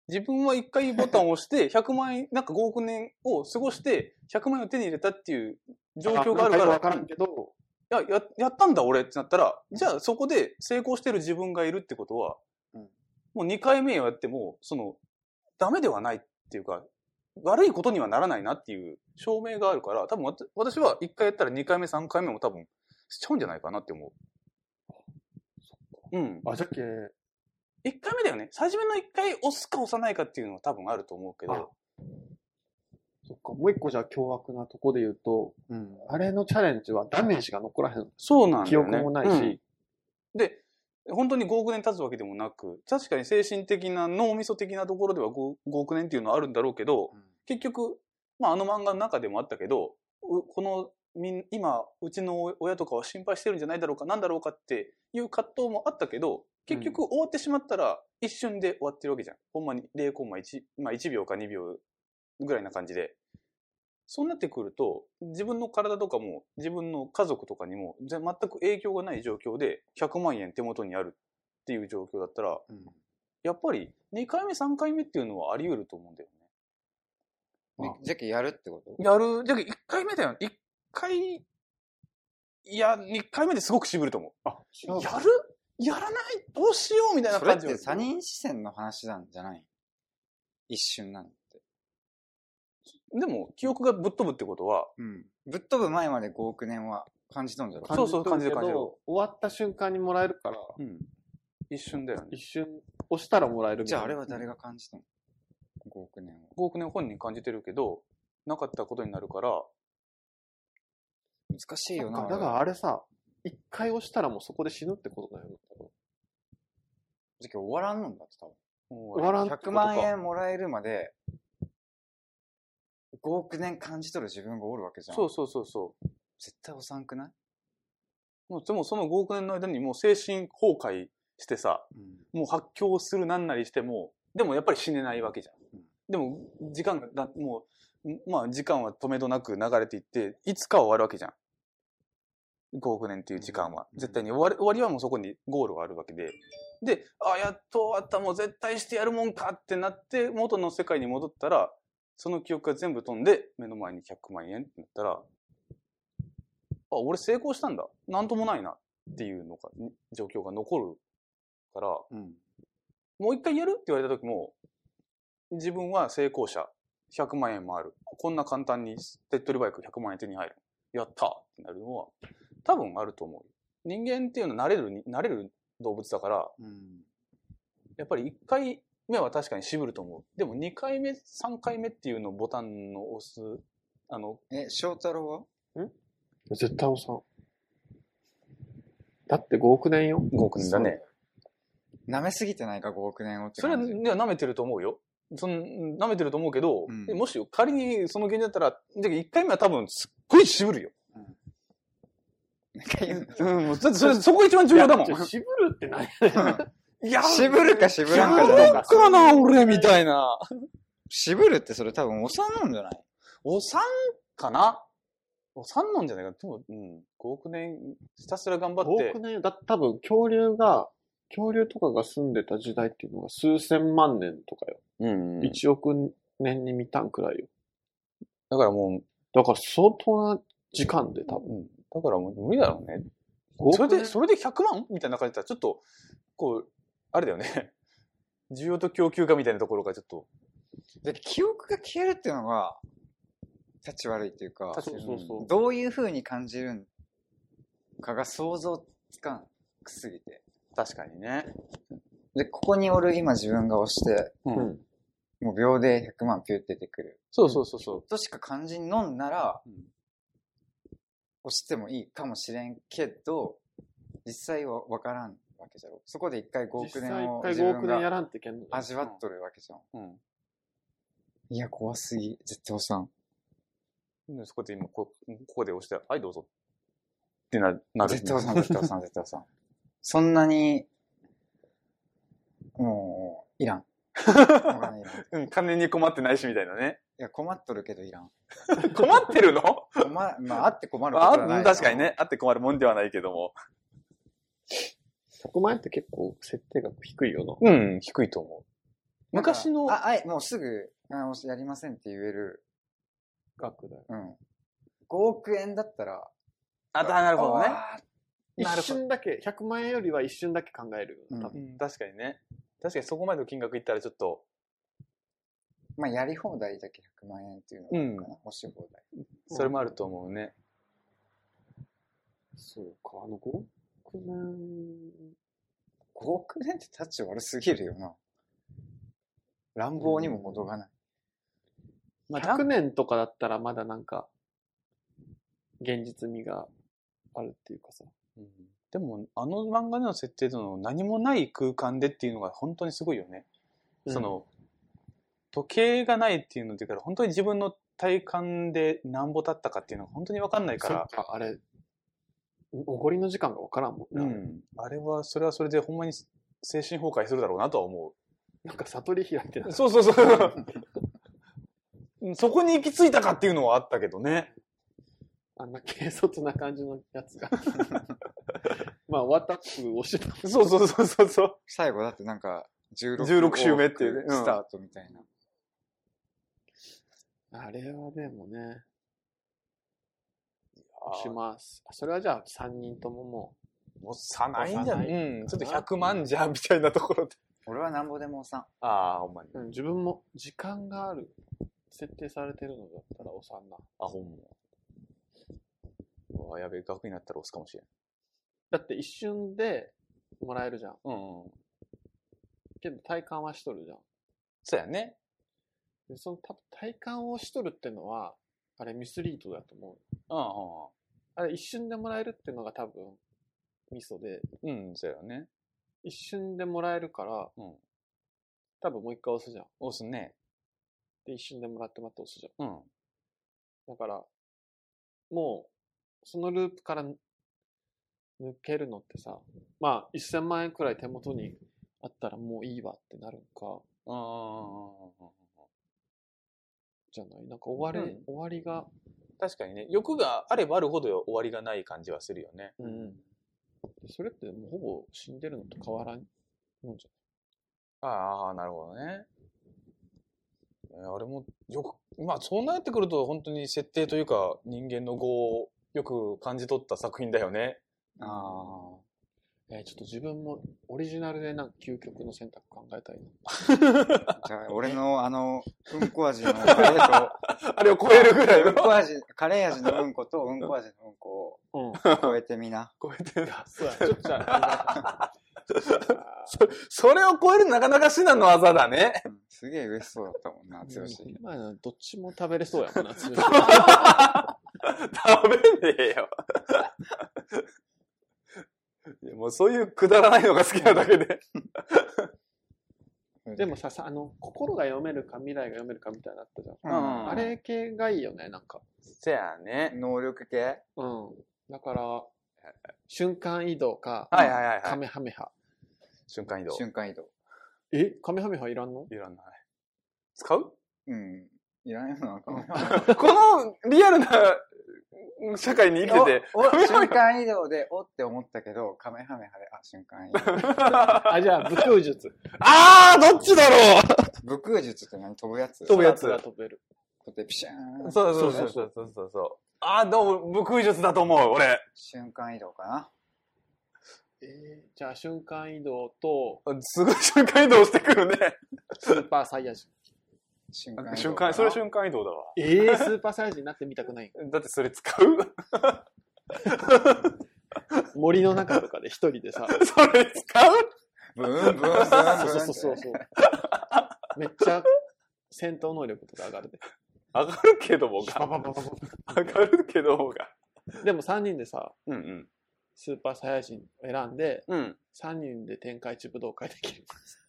Speaker 1: 自分は一回ボタンを押 [LAUGHS] して、100万円、なんか5億年を過ごして、100万円を手に入れたっていう状況があるか
Speaker 3: なんよく
Speaker 1: ら、
Speaker 3: わからんけど、
Speaker 1: いや、や、やったんだ俺ってなったら、じゃあそこで成功してる自分がいるってことは、
Speaker 2: うん
Speaker 1: もう2回目やっても、その、ダメではないっていうか、悪いことにはならないなっていう証明があるから、多分わた私は1回やったら2回目、3回目も多分しちゃうんじゃないかなって思う。うん。
Speaker 3: あ、じゃけ、
Speaker 1: 1回目だよね。最初の1回押すか押さないかっていうのは多分あると思うけ
Speaker 3: あ
Speaker 1: ど、
Speaker 3: そっか、もう一個じゃあ凶悪なとこで言うと、
Speaker 2: うん。
Speaker 3: あれのチャレンジはダメージが残らへん。
Speaker 1: そうなんだ
Speaker 3: 記
Speaker 1: よね。
Speaker 3: 憶もないし、
Speaker 1: うんで、本当に5億年経つわけでもなく、確かに精神的な、脳みそ的なところでは 5, 億年っていうのはあるんだろうけど、結局、まああの漫画の中でもあったけど、うこのみん、今、うちの親とかは心配してるんじゃないだろうか、なんだろうかっていう葛藤もあったけど、結局終わってしまったら一瞬で終わってるわけじゃん。ほんまに0コンマ1、まあ1秒か2秒ぐらいな感じで。そうなってくると、自分の体とかも、自分の家族とかにも、ぜ全く影響がない状況で、100万円手元にあるっていう状況だったら、
Speaker 2: うん
Speaker 1: やっぱり2回目、3回目っていうのはあり得ると思うんだよ
Speaker 2: で
Speaker 1: あ
Speaker 2: じゃけやるってこと
Speaker 1: ね。やる、じゃあ1回目だよ。1回、いや、2回目ですごく渋ると思う。あ、やるやらないどうしようみたいな
Speaker 2: それっ
Speaker 1: 感じ
Speaker 2: て他人視線の話なんじゃない一瞬なんて。
Speaker 1: でも、記憶がぶっ飛ぶってことは、
Speaker 2: うん。ぶっ飛ぶ前まで5億年は感じとんじゃろ
Speaker 1: そうそう
Speaker 3: 感じとるけ
Speaker 1: 感じる感じる
Speaker 3: ど終わった瞬間にもらえるから、
Speaker 1: うん一瞬だよね。
Speaker 3: 一瞬押したらもらえるみ
Speaker 2: じ
Speaker 3: たい
Speaker 2: ゃああ
Speaker 3: な
Speaker 2: れは誰が感じとん ?5 億年を。
Speaker 1: 5億年本人感じてるけど、なかったことになるから、
Speaker 2: 難しいよな。
Speaker 3: だからあれさ、一回押したらもうそこで死ぬってことだよね。
Speaker 2: じゃけ終わらんのんだって多分。
Speaker 1: 終
Speaker 3: 終わらんってこ
Speaker 2: 100
Speaker 3: とか
Speaker 2: 万円もらえるまで、5億年感じ取る自分がおるわけじゃん。
Speaker 1: そうそうそうそう。
Speaker 2: 絶対おさんくない
Speaker 1: もうでもその5億年の間にもう精神崩壊してさ、もう発狂するなんなりしても、でもやっぱり死ねないわけじゃん。
Speaker 2: うん
Speaker 1: でも、時間がだ、もう、んまあ、時間は止めどなく流れていって、いつかは終わるわけじゃん。5億年っていう時間は。
Speaker 3: うん
Speaker 1: 絶対に終わり、終わりはもうそこにゴールがあるわけで。で、あ、やっと終わった、もう絶対してやるもんかってなって、元の世界に戻ったら、その記憶が全部飛んで、目の前に100万円ってなったら、あ、俺成功したんだ。なんともないな。っていうのが、に状況が残るから、
Speaker 2: うん。
Speaker 1: もう一回やるって言われた時も、自分は成功者、100万円もある。こんな簡単に手っ取り早く100万円手に入る。やったってなるのは、多分あると思う。人間っていうのは慣れるに、慣れる動物だから、
Speaker 2: うん。
Speaker 1: やっぱり1回目は確かに渋ると思う。でも2回目、3回目っていうのをボタンの押す、あの、
Speaker 2: え、翔太郎は
Speaker 3: 絶対押さん。だって5億年よ。
Speaker 1: 5億
Speaker 3: 年だね。
Speaker 2: 舐めすぎてないか、5億年をって
Speaker 1: それは
Speaker 2: 感じ。
Speaker 1: ね舐めてると思うよ。そのうん舐めてると思うけど、
Speaker 2: うん
Speaker 1: でもし仮にその現状だったら、だ1回目は多分すっごい渋るよ。
Speaker 2: なんか言うの
Speaker 1: うん、だってそれ、そこが一番重要だもん。
Speaker 3: 渋るって [LAUGHS] ない
Speaker 1: いや
Speaker 2: 渋るか渋らんかじゃない
Speaker 1: 渋るかな、俺、みたいな。
Speaker 2: 渋るってそれ多分お産なんじゃない
Speaker 1: お産かなお産なんじゃないかな。でも、うん、5億年ひたすら頑張
Speaker 3: ?5
Speaker 1: って
Speaker 3: 億。年よ。だって多分恐竜が、恐竜とかが住んでた時代っていうのが数千万年とかよ。
Speaker 1: うんだ
Speaker 3: 1億年に満たんくらいよ。
Speaker 1: からも
Speaker 3: だから相当な時間で多
Speaker 1: う、
Speaker 3: 分。
Speaker 1: うんだからもう無理だろうね。
Speaker 3: 5
Speaker 1: そ
Speaker 3: 億
Speaker 1: れで、
Speaker 3: 年
Speaker 1: それで100万みたいな感じだったら、ちょっと、こう、あれだよね。 [LAUGHS] 需要と供給がみたいなところがちょっと、
Speaker 2: で、記憶が消えるっていうのが、立ち悪いっていうか、
Speaker 1: 立ち
Speaker 3: そうそうそう。
Speaker 2: どういう風に感じるかが想像つかんくすぎて。
Speaker 1: 確かにね。
Speaker 2: で、ここにおる今自分が押して、
Speaker 1: うん
Speaker 3: うん。
Speaker 2: もう秒で100万ピュって出てくる。
Speaker 1: そうそうそうそう。
Speaker 2: としか肝心のんなら、
Speaker 1: うん
Speaker 2: 押してもいいかもしれんけど、実際は分からんわけじゃろ。そこで一回5億
Speaker 3: 実際
Speaker 2: 年
Speaker 3: 一
Speaker 2: を
Speaker 3: 回
Speaker 2: 自
Speaker 3: 5億
Speaker 2: 分
Speaker 3: 年や
Speaker 2: が
Speaker 3: らんといけんの。
Speaker 2: 味わっとるわけじゃん。
Speaker 1: うん
Speaker 2: いや、怖すぎ。絶対押さん。
Speaker 1: で。そこで今こ、ここで押して、はい、どうぞ。ってな、なる。
Speaker 2: 絶対押さん、絶対押さん、絶対押さん。そんなに、もう、いらん。お
Speaker 1: [LAUGHS]
Speaker 2: 金いらんい
Speaker 1: うん、金に困ってないしみたいなね。 [LAUGHS]
Speaker 2: や、困っとるけどいらん。
Speaker 1: 困ってるの
Speaker 2: 困、まあ、あって困ること
Speaker 1: あ
Speaker 2: はないな。
Speaker 1: 確かにね。あって困るもんではないけども。
Speaker 3: 100万円って結構設定額低いよ
Speaker 1: う
Speaker 3: な。
Speaker 1: ん、低いと思う。
Speaker 2: なんか。
Speaker 1: 昔の、
Speaker 2: あ、あい、もうすぐ、あもうやりませんって言える。
Speaker 3: 額だよ。
Speaker 2: うん。5億円だったら、
Speaker 1: あ、だなるほどね。
Speaker 2: あ
Speaker 3: 一
Speaker 1: なるほど
Speaker 3: 瞬だけ、100万円よりは一瞬だけ考えるよな。多
Speaker 1: う
Speaker 3: 分
Speaker 1: ん、確かにね。確かにそこまでの金額いったらちょっと、
Speaker 2: ー。まあ、やり放題だけ100万円っていうのがあるかな、欲しい放題。
Speaker 1: それもあると思うね。
Speaker 3: そうか、あの5億年。
Speaker 2: 5億円ってタッチ悪すぎるよな。乱暴にも程がない。
Speaker 1: まあ、
Speaker 3: 100年とかだったらまだなんか、現実味があるっていうかさ。
Speaker 1: うんでも、あの漫画での設定との何もない空間でっていうのが本当にすごいよね。その、時計がないっていうのでから、本当に自分の体感で何歩経ったかっていうのが本当にわかんない
Speaker 3: そ
Speaker 1: か
Speaker 3: っ
Speaker 1: ら
Speaker 3: か、、あれ、おごりの時間がわからんもん
Speaker 1: う
Speaker 3: な、
Speaker 1: ん。あれは、それはそれでほんまに精神崩壊するだろうなとは思う。
Speaker 3: なんか悟り開いてなかっ
Speaker 1: そうそうそう。そこに行き着いたかっていうのはあったけどね。
Speaker 3: た。あんな軽率な感じのやつ
Speaker 1: [LAUGHS]
Speaker 3: が。まあ、終わったって押してた。
Speaker 1: そうそうそうそうそう。
Speaker 2: 最後だってなんか、16,
Speaker 1: 16周目っていうねうん
Speaker 2: スタートみたいな。
Speaker 3: あれはでもね、押します。あそれはじゃあ3人ともも
Speaker 1: もうさないんじゃない
Speaker 3: 押さ
Speaker 1: うん。ちょっと100万じゃんみたいなところで。
Speaker 2: 俺はなんぼでも押さん。
Speaker 1: ああ、ほんまに。
Speaker 3: う、うん自分も時間がある、設定されてるのだったら押さんな。
Speaker 1: あ、ほんま。うわやべえ、額になったら押すかもしれん。
Speaker 3: だって一瞬でもらえるじゃん。
Speaker 1: うん、うん。
Speaker 3: けど体感はしとるじゃん。
Speaker 1: そうやね。
Speaker 3: で、その多分体感をしとるってのは、あれミスリードだと思う。
Speaker 1: うん、
Speaker 3: あれ一瞬でもらえるってのが多分ミソで、
Speaker 1: うん。うん、そうやね。
Speaker 3: 一瞬でもらえるから、
Speaker 1: うん
Speaker 3: 多分もう一回押すじゃん。
Speaker 1: 押すね。
Speaker 3: で、一瞬でもらってまた押すじゃ
Speaker 1: うん。
Speaker 3: ん。だから、もう、そのループから抜けるのってさ、まあ、1000万円くらい手元にあったらもういいわってなるのか、
Speaker 1: ああ。
Speaker 3: じゃないなんか終わり、
Speaker 1: うん
Speaker 3: 終わりが、
Speaker 1: 確かにね、欲があればあるほど終わりがない感じはするよね。
Speaker 3: でそれってもうほぼ死んでるのと変わらんもんじ
Speaker 1: ああ、なるほどね。えーあれも、よく、まあそうなってくると本当に設定というか人間の業をよく感じ取った作品だよね。
Speaker 2: ああ。
Speaker 3: ゃない、えーちょっと自分もオリジナルでなんか究極の選択考えたいな。
Speaker 2: じゃあ、俺のあの、うんこ味のカレー
Speaker 1: あれを超えるぐらい
Speaker 2: と、う
Speaker 1: の
Speaker 2: ん。こ味、カレー味のうんことうんこ味のうんこ
Speaker 3: うん。
Speaker 2: を超えてみな。
Speaker 1: 超えてる
Speaker 3: [LAUGHS] そうだねちょっとじゃあ、
Speaker 1: [LAUGHS] そそれを超えるなかなか至難の技だね。 [LAUGHS]
Speaker 2: うんすげえ嬉しそうだったもんな、強し。
Speaker 3: 今のどっちも食べれそうやもんな、つよし
Speaker 1: 食べねえよ。 [LAUGHS] いやもうそういうくだらないのが好きなだけで。
Speaker 3: でもさ、さあの、心が読めるか未来が読めるかみたいなのあったじゃん。
Speaker 2: う
Speaker 1: うん
Speaker 2: ん、
Speaker 3: あれ系がいいよね、なんか。
Speaker 1: [LAUGHS] せやね。
Speaker 2: 能力系
Speaker 3: うん。だから、瞬間移動か、
Speaker 1: はいはいはい、
Speaker 3: カ
Speaker 1: はい。
Speaker 3: メハメハ。
Speaker 1: 瞬間移動。
Speaker 2: 瞬間移動。
Speaker 3: えカメハメハいらんの
Speaker 1: いらない。使う
Speaker 2: うん。いらんよな、カメ
Speaker 1: [LAUGHS] このリアルなうん社会に生きてて、
Speaker 2: 瞬間移動で、おって思ったけど、カメハメハで、あ、瞬間移動。
Speaker 3: あ、じゃあ、武空 [LAUGHS] 術。
Speaker 1: [LAUGHS] あー、どっちだろう
Speaker 2: 武空術って何飛ぶやつ
Speaker 1: 飛ぶやつ
Speaker 3: 空飛べる。
Speaker 2: こうやってピシャーン。
Speaker 1: そうそうそうそうそうそうそう。あー、どうも、武空術だと思う、俺。
Speaker 2: 瞬間移動かな。
Speaker 3: えーじゃあ、瞬間移動と、
Speaker 1: すごい瞬間移動してくるね。
Speaker 3: スーパーサイヤ人。
Speaker 2: 瞬間移動かな。
Speaker 1: 瞬間、それ瞬間移動だわ。
Speaker 3: えー、スーパーサイヤ人になってみたくない
Speaker 1: だってそれ使う [LAUGHS]
Speaker 3: 森の中とかで一人でさ、
Speaker 1: それ使う
Speaker 2: ブンブンブンブンって。
Speaker 3: そうそうそうそう。 [LAUGHS] めっちゃ戦闘能力とか上がるで。
Speaker 1: 上がるけども
Speaker 3: パ
Speaker 1: が。
Speaker 3: パパパパ
Speaker 1: 上がるけどもが。
Speaker 3: でも3人でさ、
Speaker 1: うんうん。
Speaker 3: スーパーサイヤ人を選んで、
Speaker 1: うん。
Speaker 3: 3人で天下一武道会できる。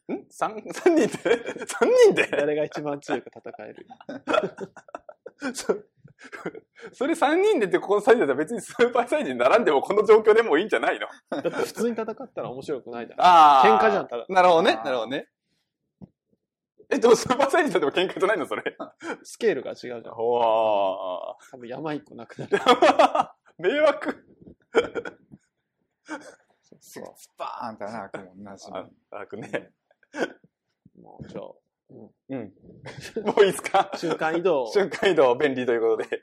Speaker 1: ん三、三人で [LAUGHS] 三人で
Speaker 3: 誰が一番強く戦える。
Speaker 1: そ [LAUGHS] それ三人でってここのサイズだったら別にスーパーサイズに並んでもこの状況でもいいんじゃないの
Speaker 3: だって普通に戦ったら面白くないじゃん。
Speaker 1: あ
Speaker 3: 喧嘩じゃん、ただ。
Speaker 1: なるほどね。
Speaker 2: あー
Speaker 1: なるほどね。え、でもスーパーサイズだっても喧嘩じゃないのそれ。
Speaker 3: スケールが違うじゃん。
Speaker 1: ほわ
Speaker 3: 多分山一個なくなる。
Speaker 1: ー。 [LAUGHS] 迷惑。
Speaker 2: すぐスパーンって穴開くもんな、自分。
Speaker 1: あくね。
Speaker 3: もう、じゃあ、
Speaker 1: うん。もういいですか
Speaker 3: 瞬間移動、
Speaker 1: [LAUGHS] 瞬間移動便利ということで。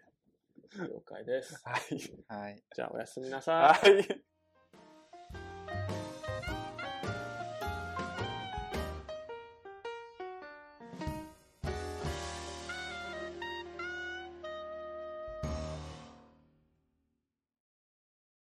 Speaker 3: 了解です。
Speaker 1: はい。
Speaker 2: はい。
Speaker 3: じゃあ、おやすみなさい。
Speaker 1: はい。